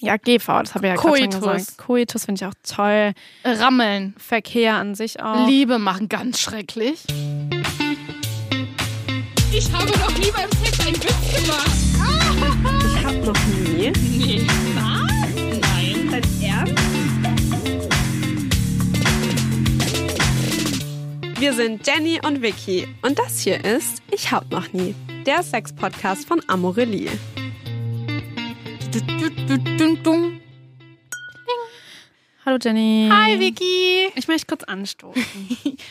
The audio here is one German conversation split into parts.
Ja, GV, das habe ich ja gerade schon gesagt. Koitus. Koitus finde ich auch toll. Rammeln. Verkehr an sich auch. Liebe machen ganz schrecklich. Ich habe noch nie beim Sex einen Witz gemacht. Ich hab noch nie. Nee. Was? Nein. Dein Ernst? Wir sind Jenny und Vicky und das hier ist Ich hab noch nie, der Sex-Podcast von Amorelie. Hallo Jenny. Hi Vicky. Ich möchte kurz anstoßen.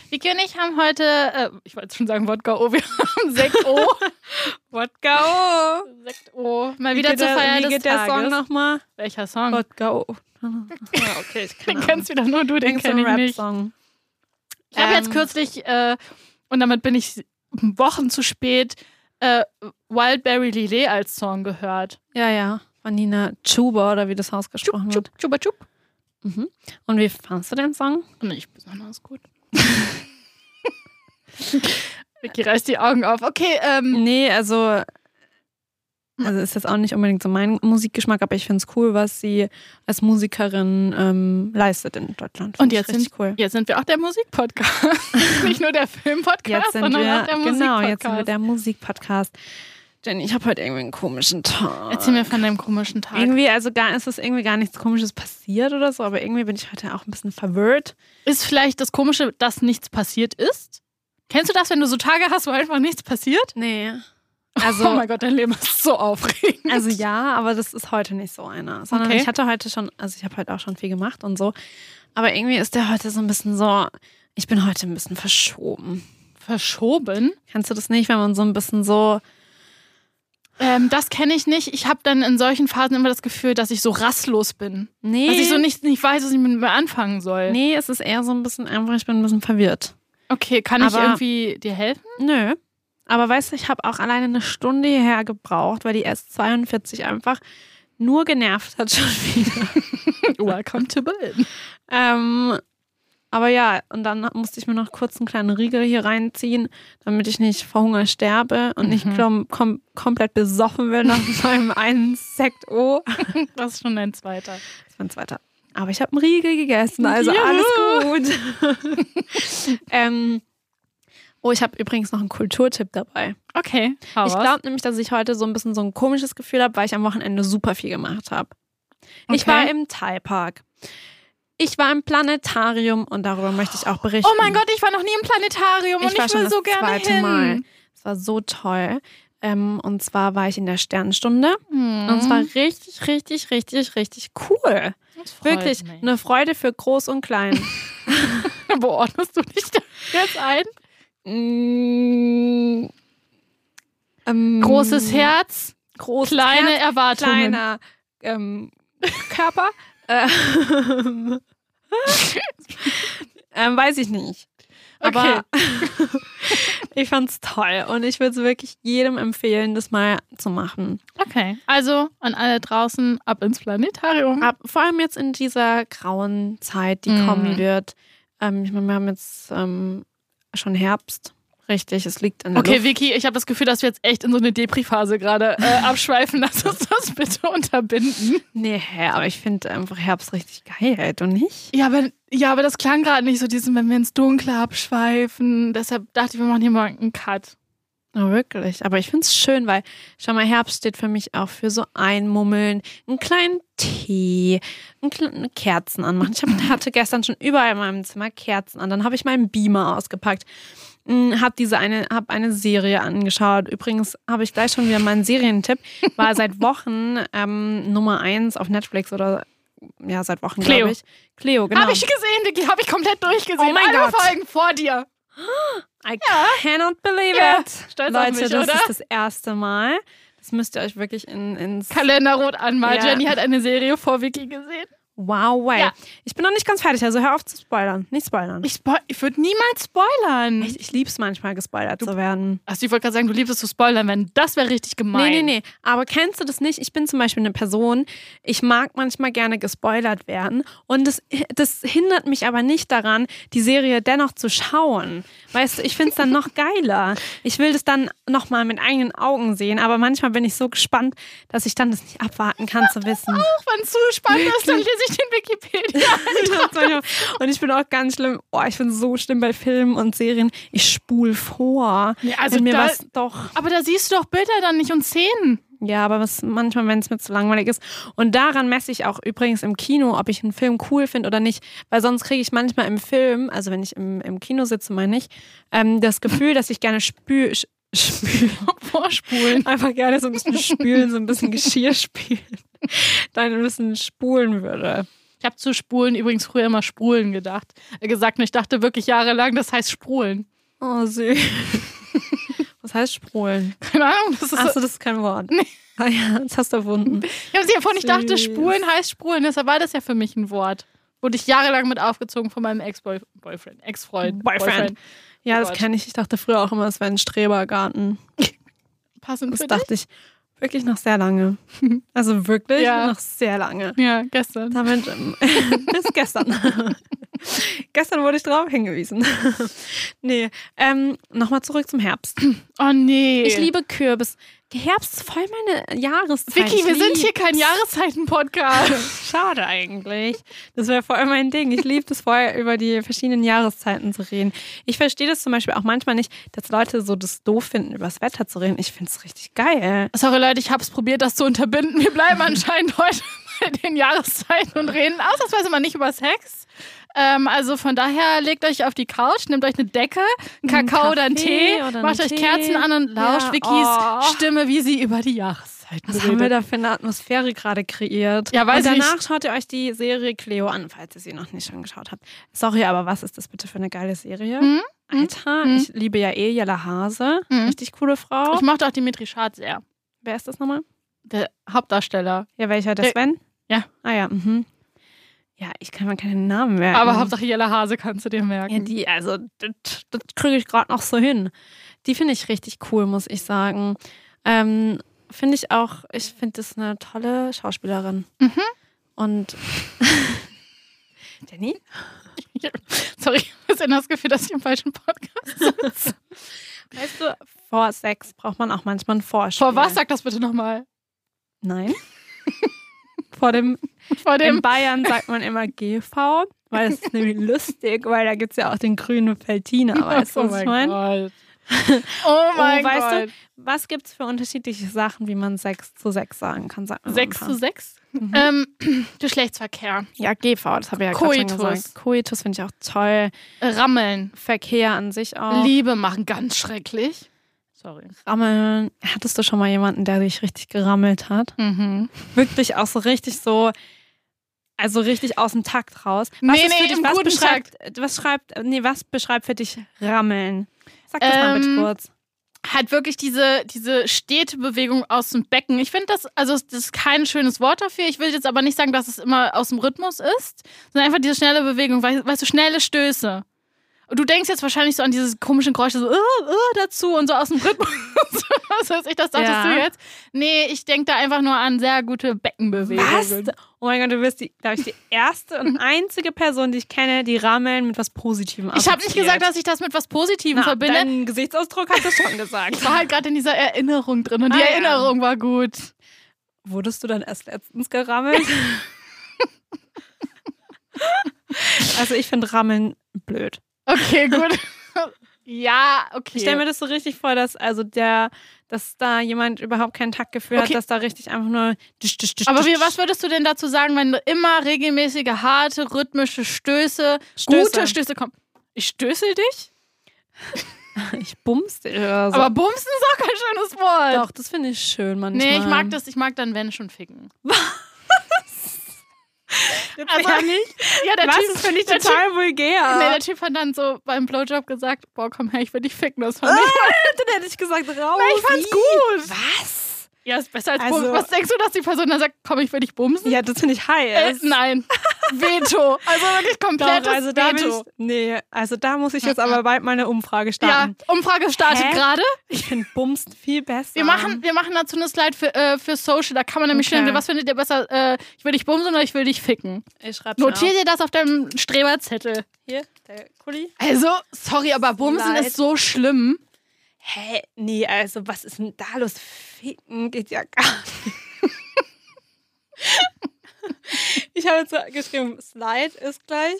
Vicky und ich haben heute, äh, ich wollte schon sagen Wodka O, wir haben Sekt O. Wodka O. Sekt O. Mal wieder zur Feier Wie des geht der Tages. Song nochmal? Welcher Song? Wodka O. Ja, okay, ich den kennst wieder nur du, den Irgend so ein kenne ich nicht. Rap-Song. Ich habe Ähm. jetzt kürzlich, äh, und damit bin ich Wochen zu spät, äh, Wildberry Lillet als Song gehört. Ja, ja. Von Nina Chuba oder wie das Haus gesprochen wird. Mhm. chuba chup. Und wie fandst du den Song? Nicht besonders gut. Vicky reißt die Augen auf. Okay, ähm, Nee, also, also ist jetzt auch nicht unbedingt so mein Musikgeschmack, aber ich finde es cool, was sie als Musikerin ähm, leistet in Deutschland. Und Find ich jetzt richtig cool. jetzt sind wir auch der Musikpodcast. nicht nur der Filmpodcast, Jetzt sind sondern wir, auch der genau, jetzt sind wir Musikpodcast. der Musikpodcast. Jenny, ich habe heute irgendwie einen komischen Tag. Erzähl mir von deinem komischen Tag. irgendwie, also gar ist es irgendwie gar nichts Komisches passiert oder so, aber irgendwie bin ich heute auch ein bisschen verwirrt. Ist vielleicht das Komische, dass nichts passiert ist? Kennst du das, wenn du so Tage hast, wo einfach nichts passiert? Nee. oh Also, mein Gott, dein Leben ist so aufregend. also ja, aber das ist heute nicht so einer. Sondern Okay. ich hatte heute schon, also ich habe heute auch schon viel gemacht und so. Aber irgendwie ist der heute so ein bisschen so, ich bin heute ein bisschen verschoben. Verschoben? Kennst du das nicht, wenn man so ein bisschen so, Ähm, das kenne ich nicht. Ich habe dann in solchen Phasen immer das Gefühl, dass ich so rastlos bin. nee, Dass ich so nicht, nicht weiß, was ich mit mir anfangen soll. nee, es ist eher so ein bisschen einfach, ich bin ein bisschen verwirrt. Okay, kann ich Aber- irgendwie dir helfen? Nö. Aber weißt du, ich habe auch alleine eine Stunde hierher gebraucht, weil die S42 einfach nur genervt hat schon wieder. Welcome to Berlin. ähm, aber ja, und dann musste ich mir noch kurz einen kleinen Riegel hier reinziehen, damit ich nicht vor Hunger sterbe und nicht Mhm. kom kom komplett besoffen werde nach meinem einen Sekt Oh, O. Das ist schon dein zweiter. Das ist mein zweiter. Aber ich habe einen Riegel gegessen, also Juhu. alles gut. ähm, oh, ich habe übrigens noch einen Kulturtipp dabei. Okay, hau Ich raus. glaube nämlich, dass ich heute so ein bisschen so ein komisches Gefühl habe, weil ich am Wochenende super viel gemacht habe. Ich Okay. war im Thai Park. Ich war im Planetarium und darüber möchte ich auch berichten. Oh mein Gott, ich war noch nie im Planetarium und war ich schon will das so gerne zweite hin. Mal. Es war so toll. Ähm, und zwar war ich in der Sternstunde Hm. und es war richtig, richtig, richtig, richtig cool. Das freut Wirklich ne, mich. eine Freude für groß und klein. Beordnest du dich da jetzt ein? Mm, ähm, Großes Herz, großes kleine Herz. Erwartungen. kleiner ähm, Körper. ähm, ähm, weiß ich nicht. Aber ich fand's toll und ich würde es wirklich jedem empfehlen, das mal zu machen. Okay. Also an alle draußen ab ins Planetarium. Ab, vor allem jetzt in dieser grauen Zeit, die Mhm. kommen wird. Ähm, ich meine, wir haben jetzt ähm, schon Herbst. Richtig, es liegt an der Okay, Luft. Vicky, ich habe das Gefühl, dass wir jetzt echt in so eine Depri-Phase gerade äh, abschweifen. Lass uns das bitte unterbinden. Nee, hä, aber ich finde einfach Herbst richtig geil, du nicht? Ja, aber, ja, aber das klang gerade nicht so diesen, wenn wir ins Dunkle abschweifen. Deshalb dachte ich, wir machen hier mal einen Cut. Ja, Oh, wirklich. Aber ich find's schön, weil, schau mal, Herbst steht für mich auch für so einmummeln, einen kleinen Tee, einen kleinen Kerzen anmachen. Ich hab, hatte gestern schon überall in meinem Zimmer Kerzen an. Dann habe ich meinen Beamer ausgepackt, hm, hab diese eine, hab eine Serie angeschaut. Übrigens habe ich gleich schon wieder meinen Serientipp. War seit Wochen ähm, Nummer eins auf Netflix oder ja, seit Wochen, Cleo. glaube ich. Cleo, genau. Habe ich gesehen, Vicky, habe ich komplett durchgesehen. Oh mein Alle Gott. Folgen vor dir. I cannot believe Ja, it. stolz auf Leute, mich, das oder? ist das erste Mal. Das müsst ihr euch wirklich in, ins Kalenderrot anmal. Ja. Jenny hat eine Serie vor Vicky gesehen. Wow, way. Ja. Ich bin noch nicht ganz fertig, also hör auf zu spoilern. Nicht spoilern. Ich, spo- ich würde niemals spoilern. Ich, ich lieb's manchmal, gespoilert zu werden. Achso, ich wollte gerade sagen, du liebst es zu spoilern, wenn das wäre richtig gemein. Nee, nee, nee. Aber kennst du das nicht? Ich bin zum Beispiel eine Person, ich mag manchmal gerne gespoilert werden. Und das, das hindert mich aber nicht daran, die Serie dennoch zu schauen. Weißt du, ich finde es dann noch geiler. Ich will das dann nochmal mit eigenen Augen sehen. Aber manchmal bin ich so gespannt, dass ich dann das nicht abwarten kann zu wissen. Auch wenn es zu spannend ist, dann lese ich den Wikipedia. und ich bin auch ganz schlimm. Oh, ich bin so schlimm bei Filmen und Serien. Ich spul vor. Ja, also Wenn mir da- was doch. Aber da siehst du doch Bilder dann nicht und Szenen. Ja, aber was manchmal, wenn es mir zu langweilig ist. Und daran messe ich auch übrigens im Kino, ob ich einen Film cool finde oder nicht. Weil sonst kriege ich manchmal im Film, also wenn ich im, im Kino sitze, meine ich, ähm, das Gefühl, dass ich gerne spül, sch- spül, Vorspulen. einfach gerne so ein bisschen spülen, so ein bisschen Geschirr spülen, dann ein bisschen spulen würde. Ich habe zu Spulen übrigens früher immer Spulen gedacht, äh, gesagt. Und ich dachte wirklich jahrelang, das heißt Sprulen. Oh, süß. Was heißt sprulen? Keine Ahnung, das ist. Oh Achso, das ist kein Wort. Ah ja, das hast du erfunden. ich habe sie ja vorhin, ich dachte, süß. Spulen heißt Sprulen. Deshalb war das ja für mich ein Wort. Wurde ich jahrelang mit aufgezogen von meinem Ex-Boyfriend. Ex-Freund. Boyfriend. Ja, das Gott. kenne ich. Ich dachte früher auch immer, es wäre ein Strebergarten. Passend Das für dich? dachte ich wirklich noch sehr lange. Also wirklich Ja. noch sehr lange. Ja, gestern. Damit ähm, bis gestern. gestern wurde ich drauf hingewiesen. nee, ähm, nochmal zurück zum Herbst. Oh nee. Ich liebe Kürbis. Herbst ist voll meine Jahreszeit. Vicky, Ich wir sind lieb- hier kein Jahreszeiten-Podcast. Schade eigentlich. Das wäre voll mein Ding. Ich liebe es vorher über die verschiedenen Jahreszeiten zu reden. Ich verstehe das zum Beispiel auch manchmal nicht, dass Leute so das doof finden, über das Wetter zu reden. Ich finde es richtig geil. Sorry Leute, ich hab's probiert, das zu unterbinden. Wir bleiben anscheinend heute bei den Jahreszeiten und reden ausnahmsweise mal nicht über Sex. Ähm, also von daher legt euch auf die Couch, nehmt euch eine Decke, einen Kakao Kaffee oder einen Tee, oder einen macht euch Tee. Kerzen an und lauscht Ja, Vickys oh. Stimme, wie sie über die Jahreszeiten Was redet. haben wir da für eine Atmosphäre gerade kreiert? Ja, weiß Und ich danach schaut ihr euch die Serie Cleo an, falls ihr sie noch nicht angeschaut habt. Sorry, aber was ist das bitte für eine geile Serie? Hm? Alter, Hm? ich liebe ja eh Jella Hase. Hm? Richtig coole Frau. Ich mochte auch Dimitri Schad sehr. Wer ist das nochmal? Der Hauptdarsteller. Ja, welcher? Der Der- Sven? Äh, Ja. Ah ja, mhm. Ja, ich kann mir keinen Namen merken. Aber Hauptsache Jella Hase kannst du dir Ja, merken. die, also, das, das kriege ich gerade noch so hin. Die finde ich richtig cool, muss ich sagen. Ähm, finde ich auch, ich finde das eine tolle Schauspielerin. Mhm. Und. Jenny? Sorry, ich habe bisschen das Gefühl, dass ich im falschen Podcast Weißt du, vor Sex braucht man auch manchmal ein Vorspiel. Vor was? Sag das bitte nochmal. Nein. vor dem. Vor In dem Bayern sagt man immer GV, weil das ist nämlich lustig, weil da gibt es ja auch den grünen Feltiner, weißt du, oh was ich meine? Gott. Oh mein weißt Gott. du, Was gibt's für unterschiedliche Sachen, wie man 6 zu 6 sagen kann? Sag mir mal ein 6 paar. zu 6? Mhm. Ähm, Geschlechtsverkehr. Ja, GV, das habe ich ja gerade schon Koitus. gesagt. Koitus finde ich auch toll. Rammeln. Verkehr an sich auch. Liebe machen ganz schrecklich. Sorry. Rammeln. Hattest du schon mal jemanden, der dich richtig gerammelt hat? Mhm. Wirklich auch so richtig so, also richtig aus dem Takt raus. Was Nee, ist für nee, dich, im was guten beschreibt, was schreibt, nee, was beschreibt für dich Rammeln? Sag das mal bitte Ähm, kurz. Hat wirklich diese, diese stete Bewegung aus dem Becken. Ich finde das, also das ist kein schönes Wort dafür. Ich will jetzt aber nicht sagen, dass es immer aus dem Rhythmus ist, sondern einfach diese schnelle Bewegung, weißt, weißt du, schnelle Stöße. Und du denkst jetzt wahrscheinlich so an diese komischen Geräusche, so uh, uh, dazu und so aus dem Rhythmus. Was weiß ich, das dachtest Ja. du jetzt? Nee, ich denke da einfach nur an sehr gute Beckenbewegungen. Was? Oh mein Gott, du bist, glaube ich, die erste und einzige Person, die ich kenne, die Rammeln mit was Positivem Ich habe nicht assoziiert. gesagt, dass ich das mit was Positivem verbinde. Deinen Gesichtsausdruck hast du schon gesagt. Ich war halt gerade in dieser Erinnerung drin und die Ah, ja. Erinnerung war gut. Wurdest du dann erst letztens gerammelt? also ich finde Rammeln blöd. Okay, gut. ja, okay. Ich stelle mir das so richtig vor, dass also der, dass da jemand überhaupt keinen Taktgefühl Okay. hat, dass da richtig einfach nur. Disch, disch, disch, aber disch, wie, was würdest du denn dazu sagen, wenn immer regelmäßige, harte, rhythmische Stöße, Stöße. gute Stöße kommen? Ich stößel dich? Ich bumst dich oder so. Aber bumsen ist auch kein schönes Wort. doch, das finde ich schön manchmal. Nee, ich mag das, ich mag dann, wenn schon ficken. Jetzt also- ehrlich? Ja, der Was Typ ist finde ich der total Typ, nee, vulgär? der Typ hat dann so beim Blowjob gesagt, boah, komm her, ich will dich ficken. Das fand ich Dann hätte ich gesagt, raus. ich fand's Ih. gut. Was? Ja, ist besser als Also- Bumsen. Was denkst du, dass die Person dann sagt, komm, ich will dich bumsen? Ja, das finde ich äh, heiß. nein. Veto. Also wirklich Doch, komplettes also da bin Veto. ich, nee, also da muss ich Ah, jetzt aber bald mal eine Umfrage Ja, starten. Umfrage startet Hä? gerade. Ich finde Bumst viel besser. Wir machen, wir machen dazu eine Slide für, äh, für Social. Da kann man nämlich Ah. Okay. stellen, was findet ihr besser? Äh, ich will dich bumsen oder ich will dich ficken. Ich schreibe Notier dir das auf deinem Streberzettel. hier der Kuli. Also, sorry, aber bumsen Slide. ist so schlimm. Hä? Nee, also was ist denn da los? Ficken geht ja gar nicht. Ich habe jetzt so geschrieben, Slide ist gleich,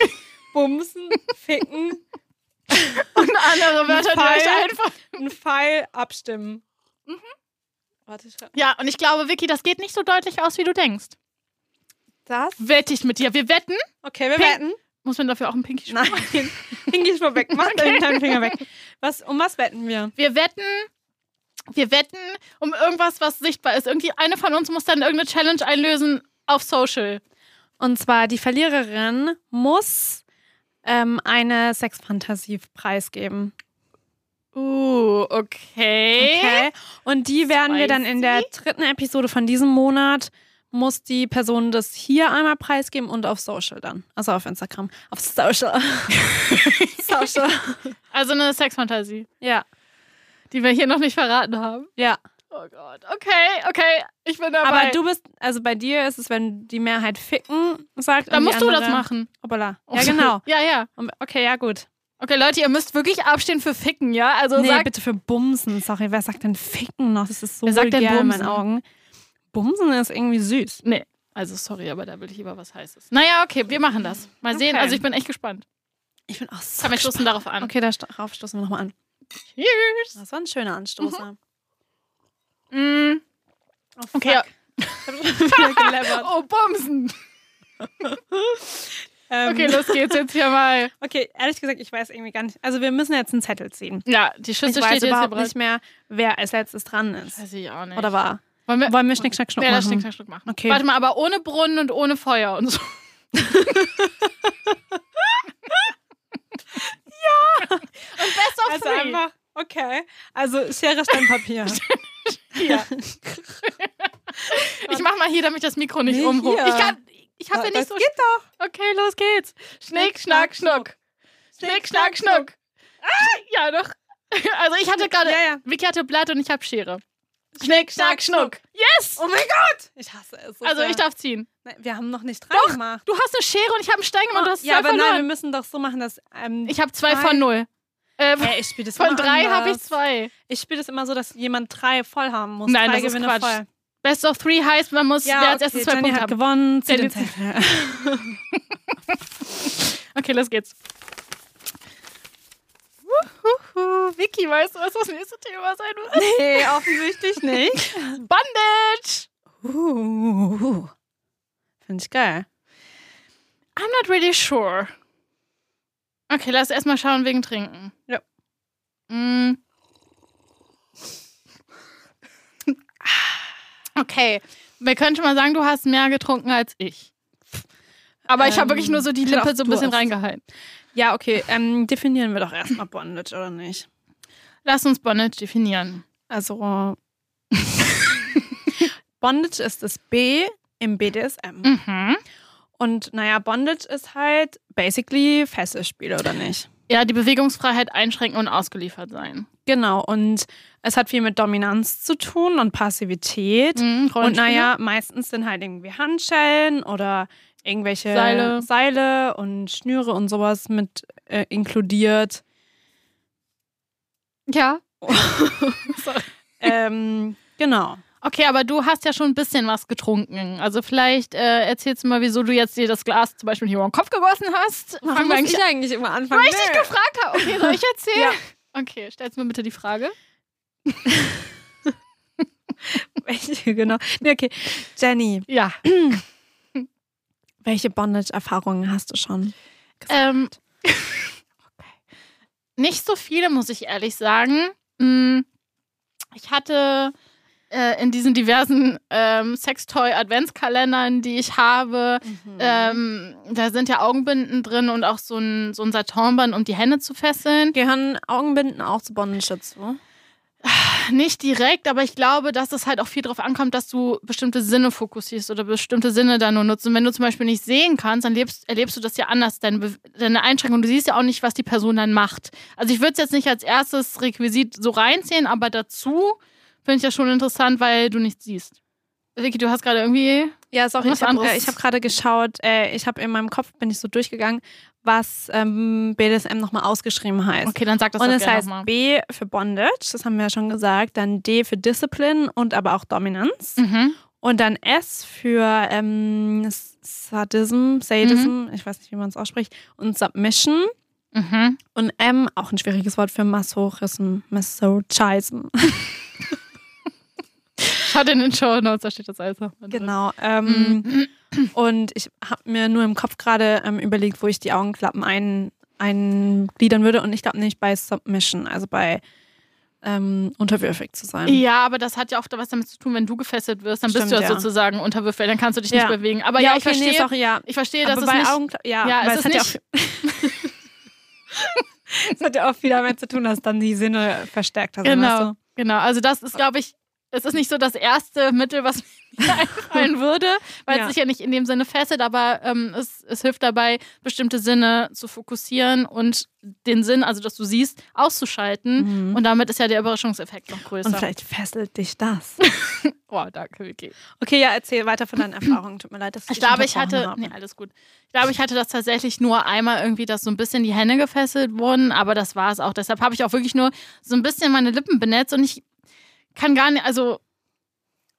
Bumsen, Ficken, Und andere Wörter, die Pfeil. euch einfach. ein Pfeil, abstimmen. Mhm. Warte, ich schreibe Ja, und ich glaube, Vicky, das geht nicht so deutlich aus, wie du denkst. das. Wette ich mit dir. Wir wetten. Okay, wir Pink. wetten. Muss man dafür auch einen Pinky spielen? Nein, Pinky ist mal weg. Mach deinen kleinen Finger weg. Was, um was wetten wir? Wir wetten. Wir wetten um irgendwas, was sichtbar ist. Irgendwie eine von uns muss dann irgendeine Challenge einlösen auf Social. Und zwar die Verliererin muss ähm, eine Sexfantasie preisgeben. Uh, okay. Okay. Und die werden wir dann in der dritten Episode von diesem Monat muss die Person das hier einmal preisgeben und auf Social dann. Also auf Instagram. Auf Social. Social. Also eine Sexfantasie, Ja. die wir hier noch nicht verraten haben. Ja. Oh Gott. Okay, okay. Ich bin dabei. Aber du bist, also bei dir ist es, wenn die Mehrheit ficken sagt. Dann und die musst du das andere- machen. Oh. Hoppala. Ja, genau. Ja, ja. Und- Okay, ja, gut. Okay, Leute, ihr müsst wirklich abstehen für Ficken, ja? Also nee, sagt, bitte für Bumsen. Sorry, wer sagt denn Ficken noch? Das ist so Wer sagt denn vulgär in meinen Bumsen? Augen. Bumsen ist irgendwie süß. Nee, also sorry, aber da will ich lieber was Heißes. Naja, okay, wir machen das. Mal sehen, Okay. also ich bin echt gespannt. Ich bin auch so Komm, wir stoßen darauf an. Okay, da sta- darauf stoßen wir nochmal an. Cheers. Das war ein schöner Anstoß. ne? Mm, Oh, fuck. okay. Ich hab schon wieder gelevert. Oh, Bumsen. Ähm, Okay, los geht's jetzt hier mal. okay, ehrlich gesagt, ich weiß irgendwie gar nicht. Also wir müssen jetzt einen Zettel ziehen. Ja, die Ich Schüssel steht weiß jetzt hier überhaupt bereit. nicht mehr, wer als letztes dran ist. Weiß ich auch nicht. Oder war? Wollen wir, Wollen wir Schnick, Schnack, Schnuck ja, das Schnick, machen? Schnack, Schnuck machen. Okay. Warte mal, aber ohne Brunnen und ohne Feuer und so. ja. Und best Oh, of Also three. einfach, okay. Also Schere, Stein, Papier. Hier. ich mach mal hier, damit das Mikro nicht Nee, umholt. hier. Ich kann. Ich hab Da- ja das nicht so. geht doch. Okay, los geht's. Schnick, schnack, schnuck. Schnick, schnack, schnuck. Ah, ja, doch. Also ich hatte gerade. Ja, ja. Vicky hatte Blatt und ich hab Schere. Schnick, schnack, schnuck. Yes! Oh mein Gott! Ich hasse es. so Also sehr. ich darf ziehen. Nein, Wir haben noch nicht dran gemacht. Du hast eine Schere und ich hab einen Stein Ah, gemacht. Du hast zwei ja, aber von nein, wir null. müssen doch so machen, dass. Ähm, Ich hab zwei Drei. von null. Äh, Hä, ich spiele das von immer drei habe anders. ich zwei. Ich spiele das immer so, dass jemand drei voll haben muss. Nein, drei das ist Gewinne Quatsch. voll. Best of three heißt, man muss, wer als erstes zwei Jenny Punkte hat hat. gewonnen. Zieh Der den Lizzie- Zettel. Okay, los geht's. Wuhuhu. Vicky, weißt du, was das nächste Thema sein wird? Nee, offensichtlich nicht. Bondage! Uh, Finde ich geil. I'm not really sure. Okay, lass erstmal schauen wegen Trinken. Ja. Mm. Okay, wir könnten mal sagen, du hast mehr getrunken als ich. Aber ich habe Ähm, wirklich nur so die hätte auch Lippe so ein du bisschen als- reingehalten. Ja, okay. Ähm, definieren wir doch erstmal Bondage, oder nicht? Lass uns Bondage definieren. Also. Bondage ist das B im BDSM. Mhm. Und naja, Bondage ist halt basically Fesselspiele, oder nicht? Ja, die Bewegungsfreiheit einschränken und ausgeliefert sein. Genau, und es hat viel mit Dominanz zu tun und Passivität. Mhm, Und naja, meistens sind halt irgendwie Handschellen oder irgendwelche Seile. Seile und Schnüre und sowas mit äh, inkludiert. Ja. ähm, genau. Okay, aber du hast ja schon ein bisschen was getrunken. Also vielleicht äh, erzählst du mal, wieso du jetzt dir das Glas zum Beispiel hier über den Kopf gegossen hast. Fangen wir muss eigentlich ich an. eigentlich immer anfangen? Weil ich dich gefragt habe. Okay, soll ich erzählen? Ja. Okay, stellst mir bitte die Frage. Welche, genau. Nee, okay. Jenny, Ja. welche Bondage-Erfahrungen hast du schon? Ähm, nicht so viele, muss ich ehrlich sagen. Mm, Ich hatte äh, in diesen diversen ähm, Sextoy-Adventskalendern, die ich habe, Mhm. ähm, da sind ja Augenbinden drin und auch so ein, so ein Satinband, um die Hände zu fesseln. Gehören Augenbinden auch zu Bondage dazu? nicht direkt, aber ich glaube, dass es halt auch viel darauf ankommt, dass du bestimmte Sinne fokussierst oder bestimmte Sinne dann nur nutzt. Und wenn du zum Beispiel nicht sehen kannst, dann lebst, erlebst du das ja anders, deine, Be- deine Einschränkung. Du siehst ja auch nicht, was die Person dann macht. Also ich würde es jetzt nicht als erstes Requisit so reinziehen, aber dazu finde ich ja schon interessant, weil du nichts siehst. Vicky, du hast gerade irgendwie. Ja, sorry, Was ich habe anderes? äh, ich hab gerade geschaut, äh, ich habe in meinem Kopf, bin ich so durchgegangen, was ähm, BDSM nochmal ausgeschrieben heißt. Okay, dann sag das Und doch es gerne heißt nochmal. B für Bondage, das haben wir ja schon gesagt, dann D für Discipline und aber auch Dominanz. Mhm. Und dann S für ähm, Sadism, Sadism, ich weiß nicht, wie man es ausspricht, und Submission. Mhm. Und M, auch ein schwieriges Wort für Masochism, Masochism. Schaut in den Show Notes, da steht das alles noch. mal drin. Genau. Ähm, Mhm. und ich habe mir nur im Kopf gerade ähm, überlegt, wo ich die Augenklappen ein, eingliedern würde. Und ich glaube nicht bei Submission, also bei ähm, unterwürfig zu sein. Ja, aber das hat ja auch was damit zu tun, wenn du gefesselt wirst, dann bist Stimmt, du ja, ja. sozusagen unterwürfig, dann kannst du dich Ja. nicht bewegen. Aber ja, ich okay, verstehe, Nee, sorry, ja. ich verstehe, Aber dass es bei nicht Augenklappen, ja, Ja, weil es es ist hat ja auch. Es hat ja auch viel damit zu tun, dass dann die Sinne verstärkter sind. Genau. Weißt du? Genau, also das ist, glaube ich, es ist nicht so das erste Mittel, was mir einfallen würde, weil Ja. es sich ja nicht in dem Sinne fesselt, aber ähm, es, es hilft dabei, bestimmte Sinne zu fokussieren und den Sinn, also dass du siehst, auszuschalten. Und damit ist ja der Überraschungseffekt noch Mhm. Und größer. vielleicht fesselt dich das. Oh, danke, Vicky. Okay, ja, erzähl weiter von deinen Erfahrungen. Tut mir leid, dass ich Ich glaube, ich unterbrochen hatte. habe. Nee, alles gut. Ich glaube, ich hatte das tatsächlich nur einmal irgendwie, dass so ein bisschen die Hände gefesselt wurden, aber das war es auch. Deshalb habe ich auch wirklich nur so ein bisschen meine Lippen benetzt und ich kann gar nicht, also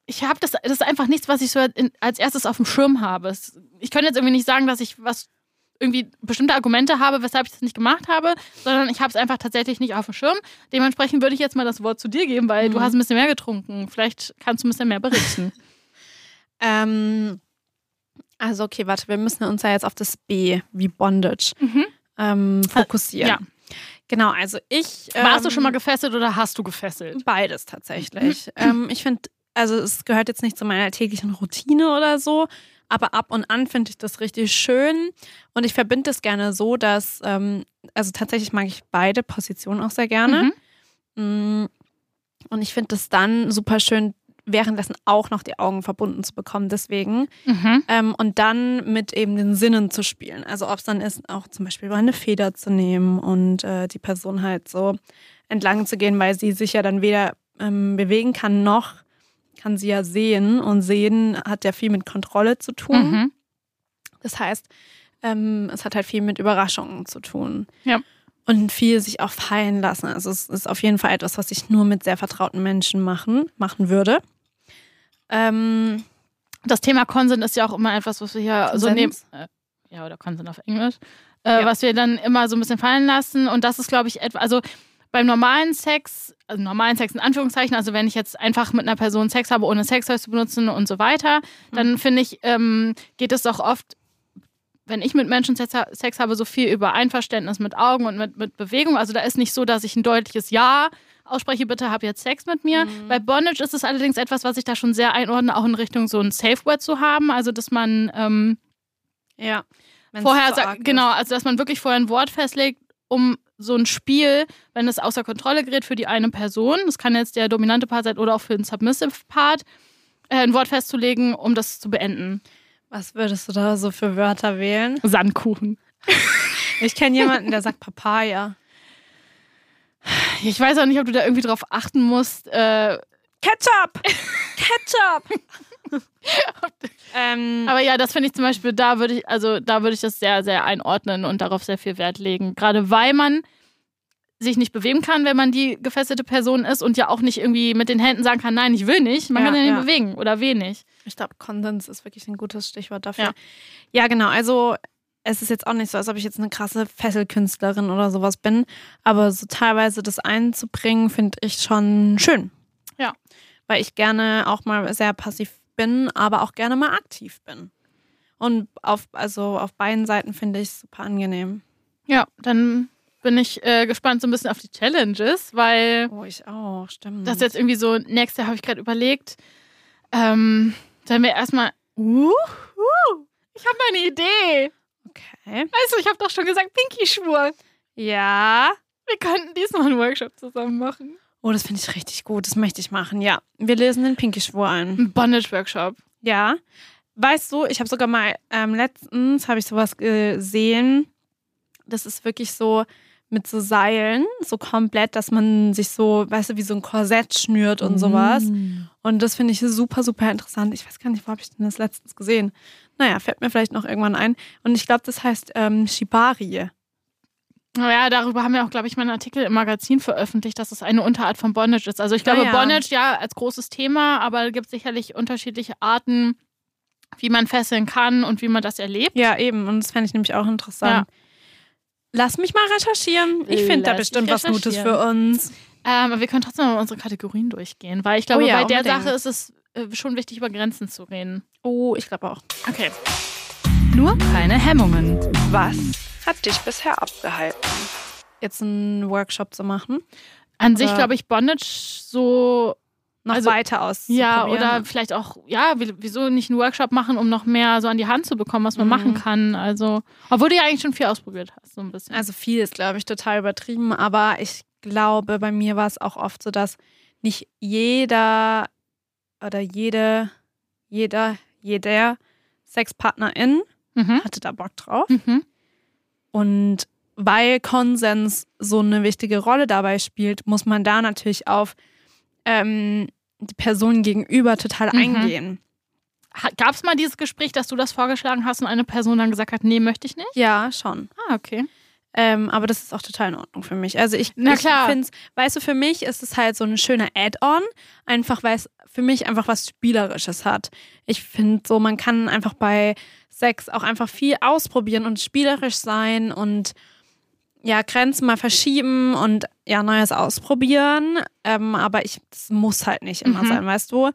ich habe das, das ist einfach nichts, was ich so in, als erstes auf dem Schirm habe. Es, ich könnte jetzt irgendwie nicht sagen, dass ich was irgendwie bestimmte Argumente habe, weshalb ich das nicht gemacht habe, sondern ich habe es einfach tatsächlich nicht auf dem Schirm. Dementsprechend würde ich jetzt mal das Wort zu dir geben, weil Mhm. du hast ein bisschen mehr getrunken. Vielleicht kannst du ein bisschen mehr berichten. Ähm, also, okay, warte, wir müssen uns ja jetzt auf das B, wie Bondage, ähm, fokussieren. ja. Genau, also ich. Warst du ähm, schon mal gefesselt oder hast du gefesselt? Beides tatsächlich. ähm, ich finde, also es gehört jetzt nicht zu meiner täglichen Routine oder so, aber ab und an finde ich das richtig schön und ich verbinde das gerne so, dass, ähm, also tatsächlich mag ich beide Positionen auch sehr Ne? gerne. Mm, Und ich finde es dann super schön, währenddessen auch noch die Augen verbunden zu bekommen. Deswegen Mhm. Ähm, und dann mit eben den Sinnen zu spielen. Also ob es dann ist, auch zum Beispiel mal eine Feder zu nehmen und äh, die Person halt so entlang zu gehen, weil sie sich ja dann weder ähm, bewegen kann noch kann sie ja sehen. Und sehen hat ja viel mit Kontrolle zu tun. Mhm. Das heißt, ähm, es hat halt viel mit Überraschungen zu tun. Ja. Und viel sich auch fallen lassen. Also es ist auf jeden Fall etwas, was ich nur mit sehr vertrauten Menschen machen, machen würde. Ähm, Das Thema Consent ist ja auch immer etwas, was wir hier so Consent? nehmen. Äh, ja, oder Consent auf Englisch. Äh, Ja. Was wir dann immer so ein bisschen fallen lassen. Und das ist, glaube ich, etwa. Also beim normalen Sex, also normalen Sex in Anführungszeichen, also wenn ich jetzt einfach mit einer Person Sex habe, ohne Sextoys zu benutzen und so weiter, Mhm. dann finde ich, ähm, geht es auch oft wenn ich mit Menschen Sex, ha- Sex habe, so viel über Einverständnis mit Augen und mit, mit Bewegung. Also da ist nicht so, dass ich ein deutliches Ja ausspreche, bitte hab jetzt Sex mit mir. Mhm. Bei Bondage ist es allerdings etwas, was ich da schon sehr einordne, auch in Richtung so ein Safe Word zu haben. Also dass man ähm, ja. Wenn's vorher zu arg sagt, ist. genau, also dass man wirklich vorher ein Wort festlegt, um so ein Spiel, wenn es außer Kontrolle gerät für die eine Person, das kann jetzt der dominante Part sein oder auch für den Submissive Part, äh, ein Wort festzulegen, um das zu beenden. Was würdest du da so für Wörter wählen? Sandkuchen. Ich kenne jemanden, der sagt Papaya. Ich weiß auch nicht, ob du da irgendwie drauf achten musst. Äh, Ketchup! Ketchup! ähm, aber ja, das finde ich zum Beispiel, da würde ich, also da würde ich das sehr, sehr einordnen und darauf sehr viel Wert legen. Gerade weil man sich nicht bewegen kann, wenn man die gefesselte Person ist und ja auch nicht irgendwie mit den Händen sagen kann, nein, ich will nicht. Man Ja, kann ja nicht ja. bewegen oder wenig. ich glaube, Konsens ist wirklich ein gutes Stichwort dafür. Ja. Ja. genau. Also, es ist jetzt auch nicht so, als ob ich jetzt eine krasse Fesselkünstlerin oder sowas bin, aber so teilweise das einzubringen, finde ich schon schön. Ja. Weil ich gerne auch mal sehr passiv bin, aber auch gerne mal aktiv bin. Und auf, also auf beiden Seiten finde ich es super angenehm. Ja, dann bin ich äh, gespannt so ein bisschen auf die Challenges, weil Oh, ich auch, stimmt. Das ist jetzt irgendwie so, nächste habe ich gerade überlegt. Ähm, sollen wir erstmal. Uh, uh, ich habe eine Idee. Okay. Also, ich habe doch schon gesagt, Pinky-Schwur. Ja. Wir könnten diesmal einen Workshop zusammen machen. Oh, das finde ich richtig gut. Das möchte ich machen. Ja, wir lesen den Pinky-Schwur ein. Ein Bondage-Workshop. Ja. Weißt du, ich habe sogar mal ähm, letztens habe ich sowas gesehen. Das ist wirklich so mit so Seilen, so komplett, dass man sich so, weißt du, wie so ein Korsett schnürt und sowas. Mhm. Mm. Und das finde ich super, super interessant. Ich weiß gar nicht, wo habe ich denn das letztens gesehen? Naja, fällt mir vielleicht noch irgendwann ein. Und ich glaube, das heißt ähm, Shibari. Naja, darüber haben wir auch, glaube ich, meinen Artikel im Magazin veröffentlicht, dass es eine Unterart von Bondage ist. Also ich glaube, Ah, ja. Bondage ja als großes Thema, aber es gibt sicherlich unterschiedliche Arten, wie man fesseln kann und wie man das erlebt. Ja, eben. Und das fände ich nämlich auch interessant. Lass mich mal recherchieren. Ich finde da Lass bestimmt mich was Gutes für recherchieren. uns. Ähm, aber wir können trotzdem mal unsere Kategorien durchgehen, weil ich glaube, Oh ja, bei der unbedingt. Sache ist es äh, schon wichtig, über Grenzen zu reden. Oh, ich glaube auch. Okay. Nur keine Hemmungen. Was hat dich bisher abgehalten? Jetzt einen Workshop zu machen. An sich Aber- glaube ich Bondage so Noch Also- weiter aus. ja oder vielleicht auch ja wie- wieso nicht einen Workshop machen, um noch mehr so an die Hand zu bekommen, was man Mhm. machen kann. Also obwohl du ja eigentlich schon viel ausprobiert hast so ein bisschen. Also viel ist, glaube ich, total übertrieben, aber ich glaube, bei mir war es auch oft so, dass nicht jeder oder jede, jeder, jeder Sexpartnerin mhm. hatte da Bock drauf. Mhm. Und weil Konsens so eine wichtige Rolle dabei spielt, muss man da natürlich auf ähm, die Person gegenüber total Mhm. eingehen. Gab es mal dieses Gespräch, dass du das vorgeschlagen hast und eine Person dann gesagt hat, nee, möchte ich nicht? Ja, schon. Ah, okay. Ähm, aber das ist auch total in Ordnung für mich. Also ich, Na klar. ich finde es, weißt du, für mich ist es halt so ein schöner Add-on, einfach weil es für mich einfach was Spielerisches hat. Ich finde so, man kann einfach bei Sex auch einfach viel ausprobieren und spielerisch sein und ja, Grenzen mal verschieben und ja, Neues ausprobieren. Ähm, aber ich, das muss halt nicht immer Mhm. sein, weißt du?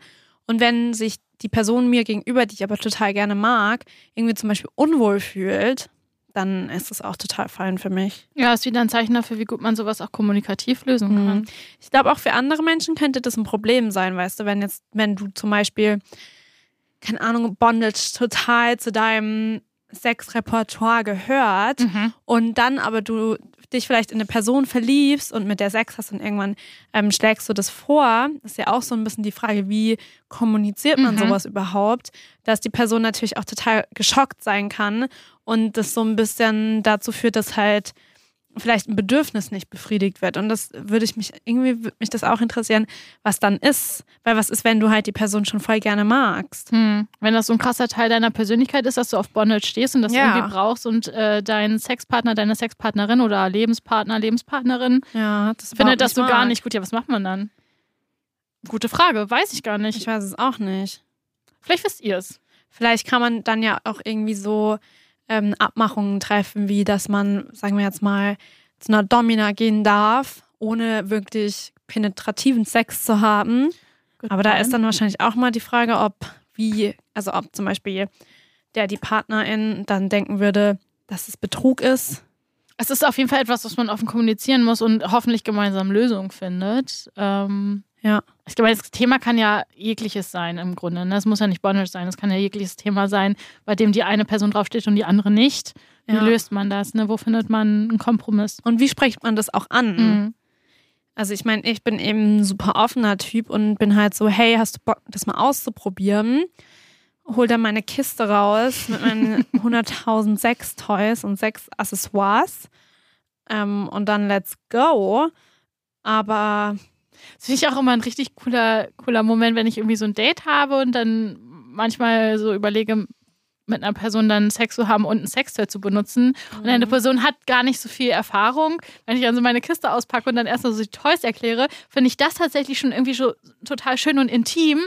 Und wenn sich die Person mir gegenüber, die ich aber total gerne mag, irgendwie zum Beispiel unwohl fühlt, dann ist das auch total fein für mich. Ja, ist wieder ein Zeichen dafür, wie gut man sowas auch kommunikativ lösen Mhm. kann. Ich glaube, auch für andere Menschen könnte das ein Problem sein, weißt du, wenn jetzt, wenn du zum Beispiel, keine Ahnung, Bondage total zu deinem Sexrepertoire gehört Mhm. und dann aber du dich vielleicht in eine Person verliebst und mit der Sex hast und irgendwann ähm, schlägst du das vor, ist ja auch so ein bisschen die Frage, wie kommuniziert man Mhm. sowas überhaupt, dass die Person natürlich auch total geschockt sein kann und das so ein bisschen dazu führt, dass halt vielleicht ein Bedürfnis nicht befriedigt wird und das würde ich mich irgendwie würde mich das auch interessieren, was dann ist, weil was ist, wenn du halt die Person schon voll gerne magst? Hm. Wenn das so ein krasser Teil deiner Persönlichkeit ist, dass du auf Bondage stehst und das Ja. irgendwie brauchst und äh, dein Sexpartner, deine Sexpartnerin oder Lebenspartner, Lebenspartnerin Ja, das findet das so überhaupt gar mag. nicht gut. Ja, was macht man dann? Gute Frage, weiß ich gar nicht. Ich weiß es auch nicht. Vielleicht wisst ihr es. Vielleicht kann man dann ja auch irgendwie so ähm, Abmachungen treffen, wie dass man, sagen wir jetzt mal, zu einer Domina gehen darf, ohne wirklich penetrativen Sex zu haben. Aber da ist dann wahrscheinlich auch mal die Frage, ob wie, also ob zum Beispiel der die Partnerin dann denken würde, dass es Betrug ist. Es ist auf jeden Fall etwas, was man offen kommunizieren muss und hoffentlich gemeinsam Lösungen findet. Ähm, Ja. ich glaube, das Thema kann ja jegliches sein im Grunde. Ne? Es muss ja nicht Bondage sein. Es kann ja jegliches Thema sein, bei dem die eine Person draufsteht und die andere nicht. Wie Ja. löst man das? Ne? Wo findet man einen Kompromiss? Und wie spricht man das auch an? Mhm. Also ich meine, ich bin eben ein super offener Typ und bin halt so, hey, hast du Bock, das mal auszuprobieren? Hol dann meine Kiste raus mit meinen 100.000 Sex-Toys und Sex-Accessoires. Ähm, und dann let's go. Aber Das finde ich auch immer ein richtig cooler, cooler Moment, wenn ich irgendwie so ein Date habe und dann manchmal so überlege, mit einer Person dann Sex zu haben und ein Sextoy zu benutzen. Und eine Person hat gar nicht so viel Erfahrung. Wenn ich dann so meine Kiste auspacke und dann erstmal so die Toys erkläre, finde ich das tatsächlich schon irgendwie so total schön und intim.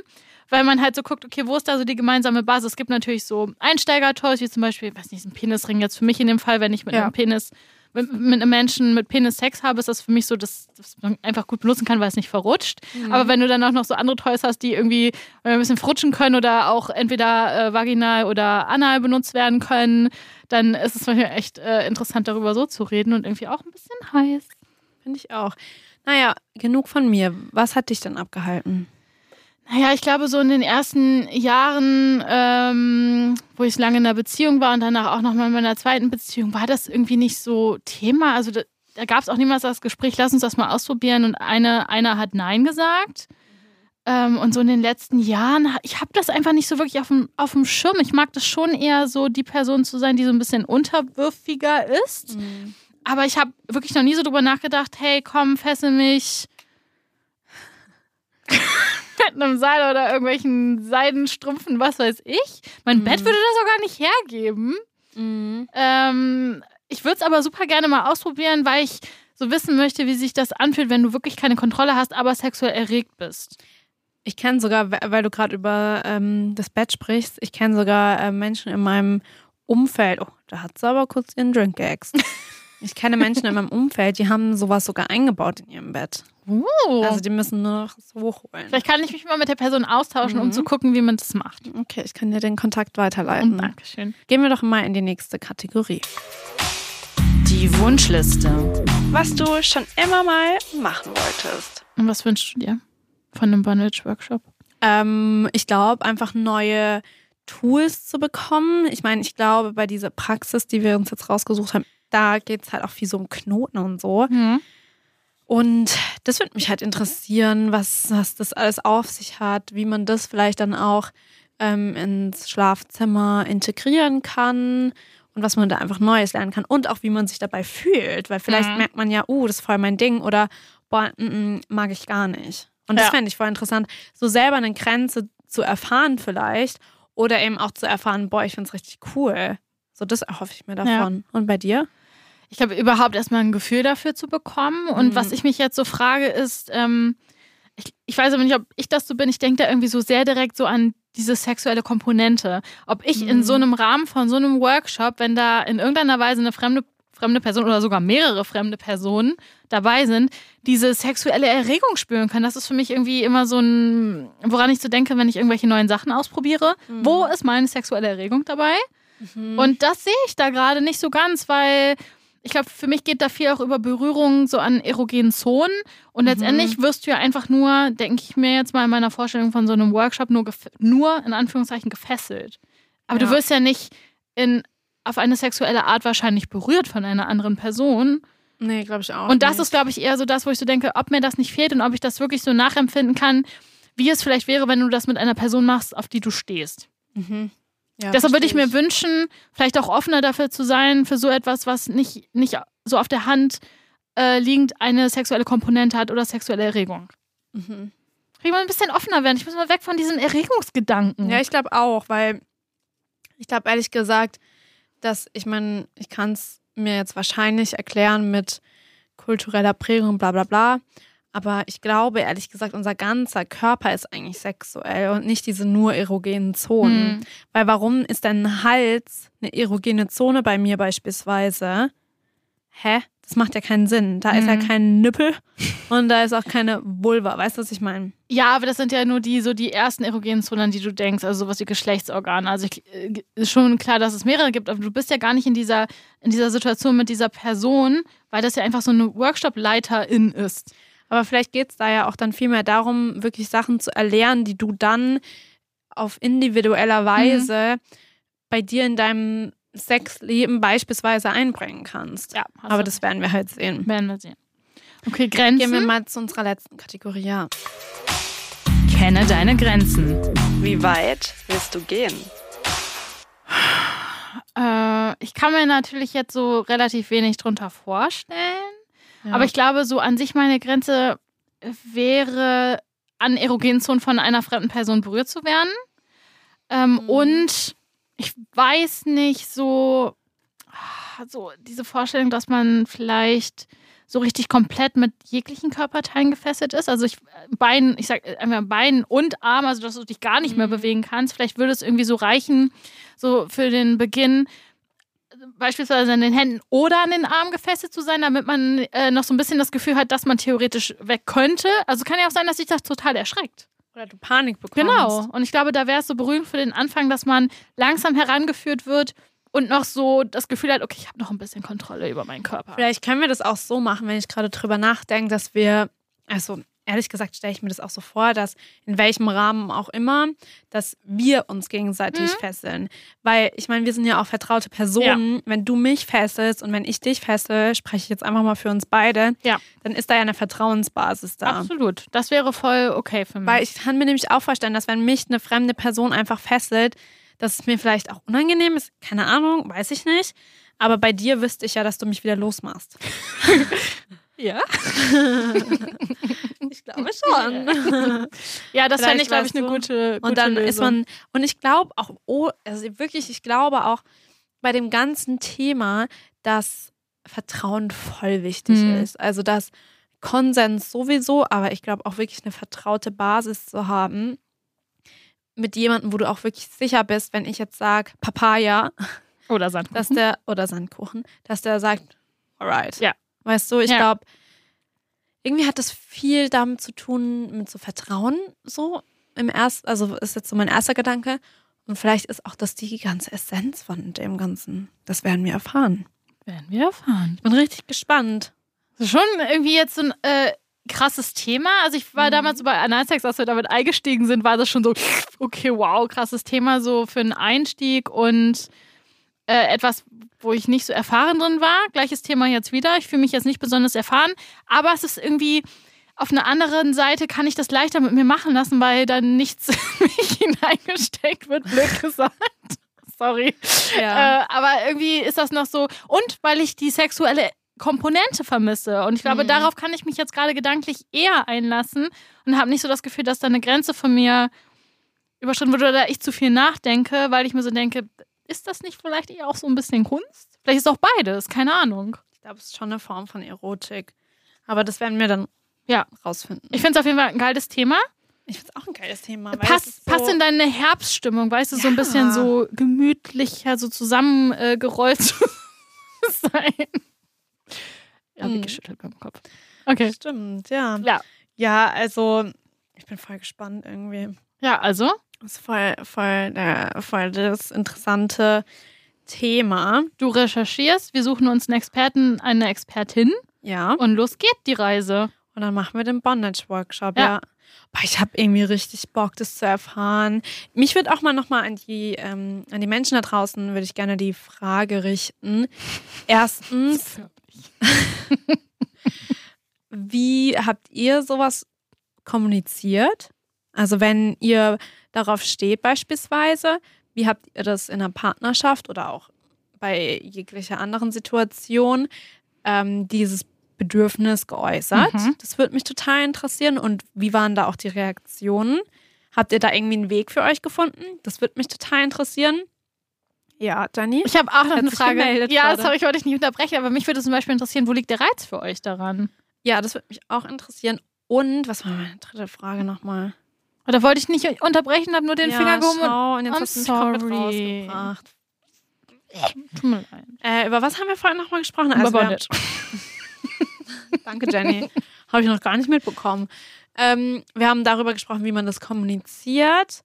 Weil man halt so guckt, okay, wo ist da so die gemeinsame Basis? Es gibt natürlich so Einsteiger-Toys, wie zum Beispiel, weiß nicht, ein Penisring jetzt für mich in dem Fall, wenn ich mit Ja. einem Penis, mit, mit einem Menschen mit Penis Sex habe, ist das für mich so, dass, dass man einfach gut benutzen kann, weil es nicht verrutscht. Aber wenn du dann auch noch so andere Toys hast, die irgendwie äh, ein bisschen frutschen können oder auch entweder äh, vaginal oder anal benutzt werden können, dann ist es manchmal echt äh, interessant, darüber so zu reden und irgendwie auch ein bisschen heiß. finde ich auch. Naja, genug von mir. Was hat dich denn abgehalten? Naja, ich glaube, so in den ersten Jahren, ähm, wo ich lange in einer Beziehung war und danach auch nochmal in meiner zweiten Beziehung, war das irgendwie nicht so Thema. Also da- da gab es auch niemals das Gespräch, lass uns das mal ausprobieren. Und eine, einer hat Nein gesagt. Ähm, und so in den letzten Jahren, ha- ich habe das einfach nicht so wirklich auf dem, auf dem Schirm. Ich mag das schon eher so, die Person zu sein, die so ein bisschen unterwürfiger ist. Aber ich habe wirklich noch nie so drüber nachgedacht, hey, komm, fessel mich mit einem Seil oder irgendwelchen Seidenstrümpfen, was weiß ich. Mhm. Mein Bett würde das auch gar nicht hergeben. Ähm, ich würde es aber super gerne mal ausprobieren, weil ich so wissen möchte, wie sich das anfühlt, wenn du wirklich keine Kontrolle hast, aber sexuell erregt bist. Ich kenne sogar, we- weil du gerade über ähm, das Bett sprichst, ich kenne sogar äh, Menschen in meinem Umfeld. Oh, da hat sie aber kurz ihren Drink geäxt. Ich kenne Menschen in meinem Umfeld, die haben sowas sogar eingebaut in ihrem Bett. Uh. Also die müssen nur noch es hochholen. Vielleicht kann ich mich mal mit der Person austauschen, Mhm. um zu gucken, wie man das macht. Okay, ich kann dir den Kontakt weiterleiten. Und Dankeschön. Oh, Gehen wir doch mal in die nächste Kategorie. Die Wunschliste. Was du schon immer mal machen wolltest. Und was wünschst du dir von einem Bondage-Workshop? Ähm, ich glaube, einfach neue Tools zu bekommen. Ich meine, ich glaube, bei dieser Praxis, die wir uns jetzt rausgesucht haben, da geht es halt auch viel so um Knoten und so. Und das würde mich halt interessieren, was, was das alles auf sich hat, wie man das vielleicht dann auch ähm, ins Schlafzimmer integrieren kann und was man da einfach Neues lernen kann und auch wie man sich dabei fühlt, weil vielleicht Mhm. merkt man ja, oh, das ist voll mein Ding oder boah, mm, mm, mag ich gar nicht. Und das Ja. fände ich voll interessant, so selber eine Grenze zu erfahren vielleicht oder eben auch zu erfahren, boah, ich finde es richtig cool. So, das erhoffe ich mir davon. Und bei dir? ich glaube, überhaupt erstmal ein Gefühl dafür zu bekommen. Und Mhm. was ich mich jetzt so frage, ist, ähm, ich, ich weiß aber nicht, ob ich das so bin. Ich denke da irgendwie so sehr direkt so an diese sexuelle Komponente. Ob ich in so einem Rahmen von so einem Workshop, wenn da in irgendeiner Weise eine fremde, fremde Person oder sogar mehrere fremde Personen dabei sind, diese sexuelle Erregung spüren kann. Das ist für mich irgendwie immer so ein, woran ich so denke, wenn ich irgendwelche neuen Sachen ausprobiere. Wo ist meine sexuelle Erregung dabei? Und das sehe ich da gerade nicht so ganz, weil ich glaube, für mich geht da viel auch über Berührungen so an erogenen Zonen. Und letztendlich wirst du ja einfach nur, denke ich mir jetzt mal in meiner Vorstellung von so einem Workshop, nur, gef- nur in Anführungszeichen gefesselt. Aber Ja. du wirst ja nicht in, auf eine sexuelle Art wahrscheinlich berührt von einer anderen Person. Nee, glaube ich auch. Und das ist, glaube ich, eher so das, wo ich so denke, ob mir das nicht fehlt und ob ich das wirklich so nachempfinden kann, wie es vielleicht wäre, wenn du das mit einer Person machst, auf die du stehst. Deshalb würde ich mir wünschen, vielleicht auch offener dafür zu sein, für so etwas, was nicht, nicht so auf der Hand äh, liegend eine sexuelle Komponente hat oder sexuelle Erregung. Mhm. Ich will ein bisschen offener werden. Ich muss mal weg von diesen Erregungsgedanken. Ja, ich glaube auch, weil ich glaube ehrlich gesagt, dass ich meine, ich kann es mir jetzt wahrscheinlich erklären mit kultureller Prägung, bla bla bla. Aber ich glaube ehrlich gesagt, unser ganzer Körper ist eigentlich sexuell und nicht diese nur erogenen Zonen. Hm. Weil warum ist denn ein Hals eine erogene Zone bei mir beispielsweise? Hä? Das macht ja keinen Sinn. Da ist ja Mhm. kein Nippel und da ist auch keine Vulva. Weißt du, was ich meine? ja, aber das sind ja nur die so die ersten erogenen Zonen, an die du denkst, also sowas wie Geschlechtsorgane. Also ich, äh, ist schon klar, dass es mehrere gibt, aber du bist ja gar nicht in dieser, in dieser Situation mit dieser Person, weil das ja einfach so eine Workshop-Leiterin ist. Aber vielleicht geht es da ja auch dann vielmehr darum, wirklich Sachen zu erlernen, die du dann auf individueller Weise bei dir in deinem Sexleben beispielsweise einbringen kannst. Ja, hast Aber du das recht. werden wir halt sehen. Mhm. werden wir sehen. Okay, Grenzen. Gehen wir mal zu unserer letzten Kategorie. Ja. Kenne deine Grenzen. Wie weit willst du gehen? Äh, ich kann mir natürlich jetzt so relativ wenig drunter vorstellen. Aber ich glaube, so an sich meine Grenze wäre, an erogenen Zonen von einer fremden Person berührt zu werden. Ähm, Und ich weiß nicht, so, ah, so diese Vorstellung, dass man vielleicht so richtig komplett mit jeglichen Körperteilen gefesselt ist. Also ich Bein, ich sag äh, einfach Bein und Arm, also dass du dich gar nicht mehr bewegen kannst. Vielleicht würde es irgendwie so reichen, so für den Beginn äh, beispielsweise an den Händen oder an den Armen gefesselt zu sein, damit man äh, noch so ein bisschen das Gefühl hat, dass man theoretisch weg könnte. Also kann ja auch sein, dass sich das total erschreckt. Oder du Panik bekommst. Genau. Und ich glaube, da wäre es so berühmt für den Anfang, dass man langsam herangeführt wird und noch so das Gefühl hat, okay, ich habe noch ein bisschen Kontrolle über meinen Körper. Vielleicht können wir das auch so machen, wenn ich gerade drüber nachdenke, dass wir, also ehrlich gesagt stelle ich mir das auch so vor, dass in welchem Rahmen auch immer, dass wir uns gegenseitig fesseln. Weil ich meine, wir sind ja auch vertraute Personen. Wenn du mich fesselst und wenn ich dich fessel, spreche ich jetzt einfach mal für uns beide, Ja. dann ist da ja eine Vertrauensbasis da. Absolut. Das wäre voll okay für mich. Weil ich kann mir nämlich auch vorstellen, dass wenn mich eine fremde Person einfach fesselt, dass es mir vielleicht auch unangenehm ist. Keine Ahnung, weiß ich nicht. Aber bei dir wüsste ich ja, dass du mich wieder losmachst. ja. Ich glaube schon. ja, das Vielleicht fände ich, glaube ich, weißt eine du. gute, gute Und dann Lösung. ist man, und ich glaube auch, oh, also wirklich, ich glaube auch bei dem ganzen Thema, dass Vertrauen voll wichtig Mhm. ist. Also, dass Konsens sowieso, aber ich glaube auch wirklich eine vertraute Basis zu haben mit jemandem, wo du auch wirklich sicher bist, wenn ich jetzt sage, Papaya, Oder Sand. dass der, oder Sandkuchen, dass der sagt, alright. Mhm. Ja. Weißt du, ich Ja. glaube, irgendwie hat das viel damit zu tun, mit so Vertrauen, so im ersten, also ist jetzt so mein erster Gedanke. Und vielleicht ist auch das die ganze Essenz von dem Ganzen. Das werden wir erfahren. werden wir erfahren. Ich bin richtig gespannt. Das ist Schon irgendwie jetzt so ein äh, krasses Thema. Also ich war damals bei Analsex, als wir damit eingestiegen sind, war das schon so, okay, wow, krasses Thema so für einen Einstieg und äh, etwas, wo ich nicht so erfahren drin war. Gleiches Thema jetzt wieder. Ich fühle mich jetzt nicht besonders erfahren, aber es ist irgendwie auf einer anderen Seite kann ich das leichter mit mir machen lassen, weil dann nichts in mich hineingesteckt wird, blöd gesagt. Sorry. Ja. Äh, aber irgendwie ist das noch so. Und weil ich die sexuelle Komponente vermisse. Und ich glaube, Mhm. darauf kann ich mich jetzt gerade gedanklich eher einlassen und habe nicht so das Gefühl, dass da eine Grenze von mir überschritten wird oder da ich zu viel nachdenke, weil ich mir so denke, ist das nicht vielleicht eher auch so ein bisschen Kunst? Vielleicht ist auch beides, keine Ahnung. Ich glaube, es ist schon eine Form von Erotik. Aber das werden wir dann Ja. rausfinden. Ich finde es auf jeden Fall ein geiles Thema. Ich finde es auch ein geiles Thema. weil es Passt ist so- passt in deine Herbststimmung, weißt du, so ein Ja. bisschen so gemütlicher, so zusammengerollt zu sein. Ja, wie Mhm. geschüttelt beim Kopf. Okay. Stimmt, ja. Mm. Ja. Ja, also ich bin voll gespannt irgendwie. Ja, also. Das ist voll, voll, der, voll das interessante Thema. Du recherchierst, wir suchen uns einen Experten, eine Expertin Ja. und los geht die Reise. Und dann machen wir den Bondage-Workshop, Ja. ja. Boah, ich habe irgendwie richtig Bock, das zu erfahren. Mich würde auch mal nochmal an die, ähm, an die Menschen da draußen, würde ich gerne die Frage richten. Erstens, wie habt ihr sowas kommuniziert? Also wenn ihr darauf steht beispielsweise, wie habt ihr das in einer Partnerschaft oder auch bei jeglicher anderen Situation, ähm, dieses Bedürfnis geäußert? Mhm. Das würde mich total interessieren. Und wie waren da auch die Reaktionen? Habt ihr da irgendwie einen Weg für euch gefunden? Das würde mich total interessieren. Ja, Dani? Ich habe auch noch Hat eine sich Frage. gemeldet ja, gerade. sorry, ich wollte dich nicht unterbrechen, aber mich würde zum Beispiel interessieren, wo liegt der Reiz für euch daran? Ja, das würde mich auch interessieren. Und, was war meine dritte Frage nochmal? Oder wollte ich nicht unterbrechen, habe nur den ja, Finger gehoben und. schau, und jetzt I'm hast du mich komplett sorry. rausgebracht. Tut mir leid. Äh, über was haben wir vorhin nochmal gesprochen? Also Über wir- Bondage. Danke, Jenny. Habe ich noch gar nicht mitbekommen. Ähm, wir haben darüber gesprochen, wie man das kommuniziert.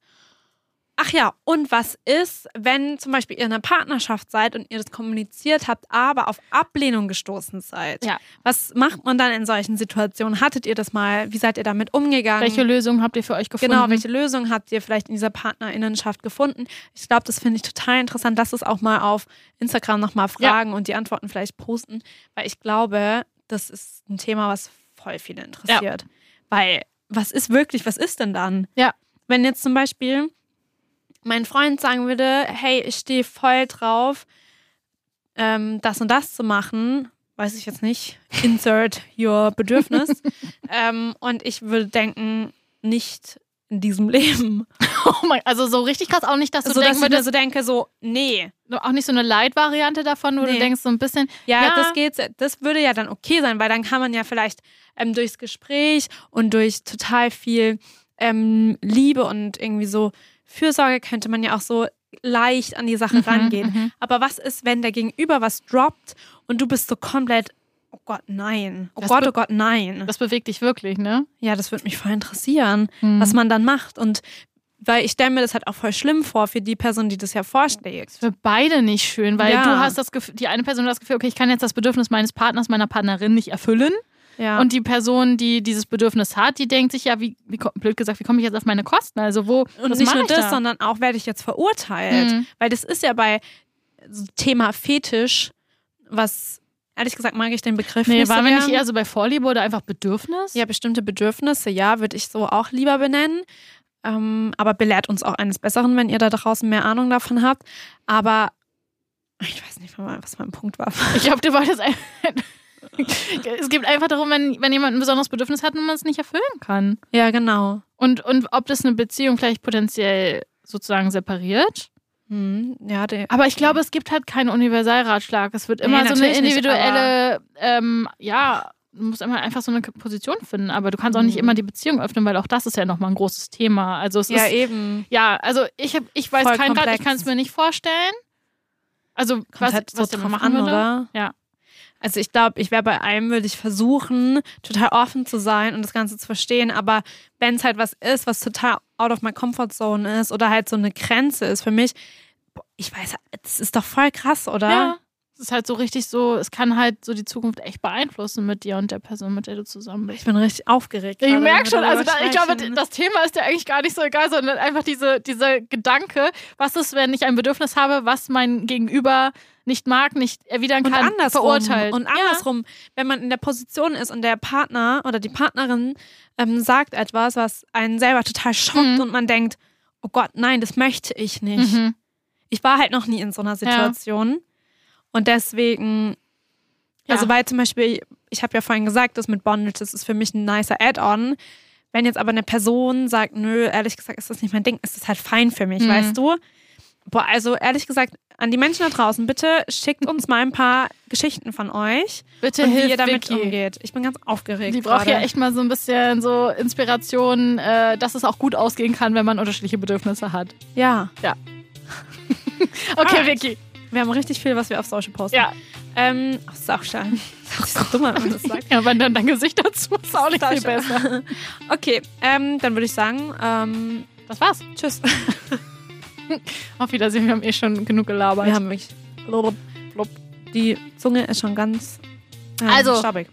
Ach ja, und was ist, wenn zum Beispiel ihr in einer Partnerschaft seid und ihr das kommuniziert habt, aber auf Ablehnung gestoßen seid? Ja. Was macht man dann in solchen Situationen? Hattet ihr das mal? Wie seid ihr damit umgegangen? Welche Lösung habt ihr für euch gefunden? Genau, welche Lösung habt ihr vielleicht in dieser Partnerinnenschaft gefunden? Ich glaube, das finde ich total interessant. Lass es auch mal auf Instagram nochmal fragen und die Antworten vielleicht posten, weil ich glaube, das ist ein Thema, was voll viele interessiert. Weil, was ist wirklich, was ist denn dann? Ja. Wenn jetzt zum Beispiel mein Freund sagen würde, hey, ich stehe voll drauf, ähm, das und das zu machen, weiß ich jetzt nicht, insert your Bedürfnis. ähm, und ich würde denken, nicht in diesem Leben. Oh mein, also so richtig krass auch nicht, dass du so Also, dass denkst, ich mir so denke, so, nee. auch nicht so eine Light-Variante davon, wo du Nee. denkst, so ein bisschen. Ja, Ja. das geht's, das würde ja dann okay sein, weil dann kann man ja vielleicht ähm, durchs Gespräch und durch total viel ähm, Liebe und irgendwie so Fürsorge könnte man ja auch so leicht an die Sache rangehen. mhm. Aber was ist, wenn der Gegenüber was droppt und du bist so komplett, oh Gott, nein. Oh Das Gott, be- oh Gott, nein. Das bewegt dich wirklich, ne? Ja, das würde mich voll interessieren, Mhm. was man dann macht. Und weil ich stelle mir das halt auch voll schlimm vor für die Person, die das ja vorschlägt. Für beide nicht schön, weil Ja. du hast das Gefühl, die eine Person hat das Gefühl, okay, ich kann jetzt das Bedürfnis meines Partners, meiner Partnerin nicht erfüllen. Ja. Und die Person, die dieses Bedürfnis hat, die denkt sich ja, wie, wie ko- blöd gesagt, wie komme ich jetzt auf meine Kosten? Also wo Und was nicht mach nur ich das, da? sondern auch werde ich jetzt verurteilt. Mhm. Weil das ist ja bei so Thema Fetisch, was, ehrlich gesagt, mag ich den Begriff Nee, nicht. waren so wir gern. nicht eher so bei Vorliebe oder einfach Bedürfnis? Ja, bestimmte Bedürfnisse, ja, würde ich so auch lieber benennen. Ähm, aber belehrt uns auch eines Besseren, wenn ihr da draußen mehr Ahnung davon habt. Aber ich weiß nicht mal, was mein Punkt war. Ich glaube, du wolltest ein- Es geht einfach darum, wenn, wenn jemand ein besonderes Bedürfnis hat und man es nicht erfüllen kann. Ja, genau. Und, und ob das eine Beziehung vielleicht potenziell sozusagen separiert. Hm, ja, der, Aber ich glaube, es gibt halt keinen Universalratschlag. Es wird immer Nee, so eine natürlich nicht, individuelle, ähm, ja, du musst immer einfach so eine Position finden. Aber du kannst auch nicht Mhm. immer die Beziehung öffnen, weil auch das ist ja nochmal ein großes Thema. Also es ja ist, eben. ja, also ich, hab, ich weiß Voll keinen Rat, ich komplex. kann es mir nicht vorstellen. Also was, Kommt halt so was drauf man machen an, würde. oder? Ja. Also ich glaube, ich wäre bei allem, würde ich versuchen, total offen zu sein und das Ganze zu verstehen. Aber wenn es halt was ist, was total out of my comfort zone ist oder halt so eine Grenze ist für mich, boah, ich weiß, das ist doch voll krass, oder? Ja. Es ist halt so richtig so, es kann halt so die Zukunft echt beeinflussen mit dir und der Person, mit der du zusammen bist. Ich bin richtig aufgeregt. Ich gerade, wenn merke wir schon, darüber ne? also da, ich glaube, sprechen. das Thema ist ja eigentlich gar nicht so egal, sondern einfach diese, dieser Gedanke, was ist, wenn ich ein Bedürfnis habe, was mein Gegenüber nicht mag, nicht erwidern und kann, andersrum, verurteilt. Und andersrum, wenn man in der Position ist und der Partner oder die Partnerin ähm, sagt etwas, was einen selber total schockt Mhm. und man denkt, oh Gott, nein, das möchte ich ja. nicht. Mhm. Ich war halt noch nie in so einer Situation. Und deswegen, Ja. also weil zum Beispiel, ich habe ja vorhin gesagt, das mit Bondage, das ist für mich ein nicer Add-on. Wenn jetzt aber eine Person sagt, nö, ehrlich gesagt ist das nicht mein Ding, ist das halt fein für mich, Mhm. weißt du? Boah, also ehrlich gesagt, an die Menschen da draußen, bitte schickt uns mal ein paar Geschichten von euch Bitte und wie hilf ihr damit Vicky. umgeht. Ich bin ganz aufgeregt. Die braucht gerade. ja echt mal so ein bisschen so Inspiration, äh, dass es auch gut ausgehen kann, wenn man unterschiedliche Bedürfnisse hat. Ja, Okay, Alright. Vicky. wir haben richtig viel, was wir auf Social posten. Ja. Ähm, ach, ist auch schade. Ist so dumm, wenn man das sagt. ja, wenn dann dein Gesicht dazu ist auch nicht Sascha. viel besser. Okay, ähm, dann würde ich sagen, ähm, Das war's. tschüss. Auf Wiedersehen, wir haben eh schon genug gelabert. Wir haben mich. Blub, blub. Die Zunge ist schon ganz ähm, Also- staubig.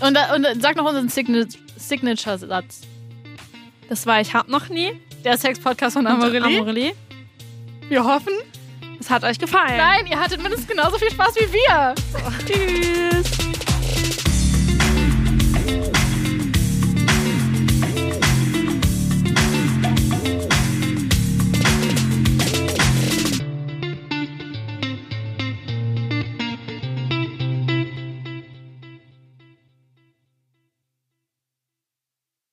und, da- und da- sag noch unseren Signa- Signature-Satz. Das war Ich hab noch nie. Der Sex-Podcast von Und Amorelie. Amorelie. Wir hoffen. Es hat euch gefallen. Nein, ihr hattet mindestens genauso viel Spaß wie wir. Tschüss.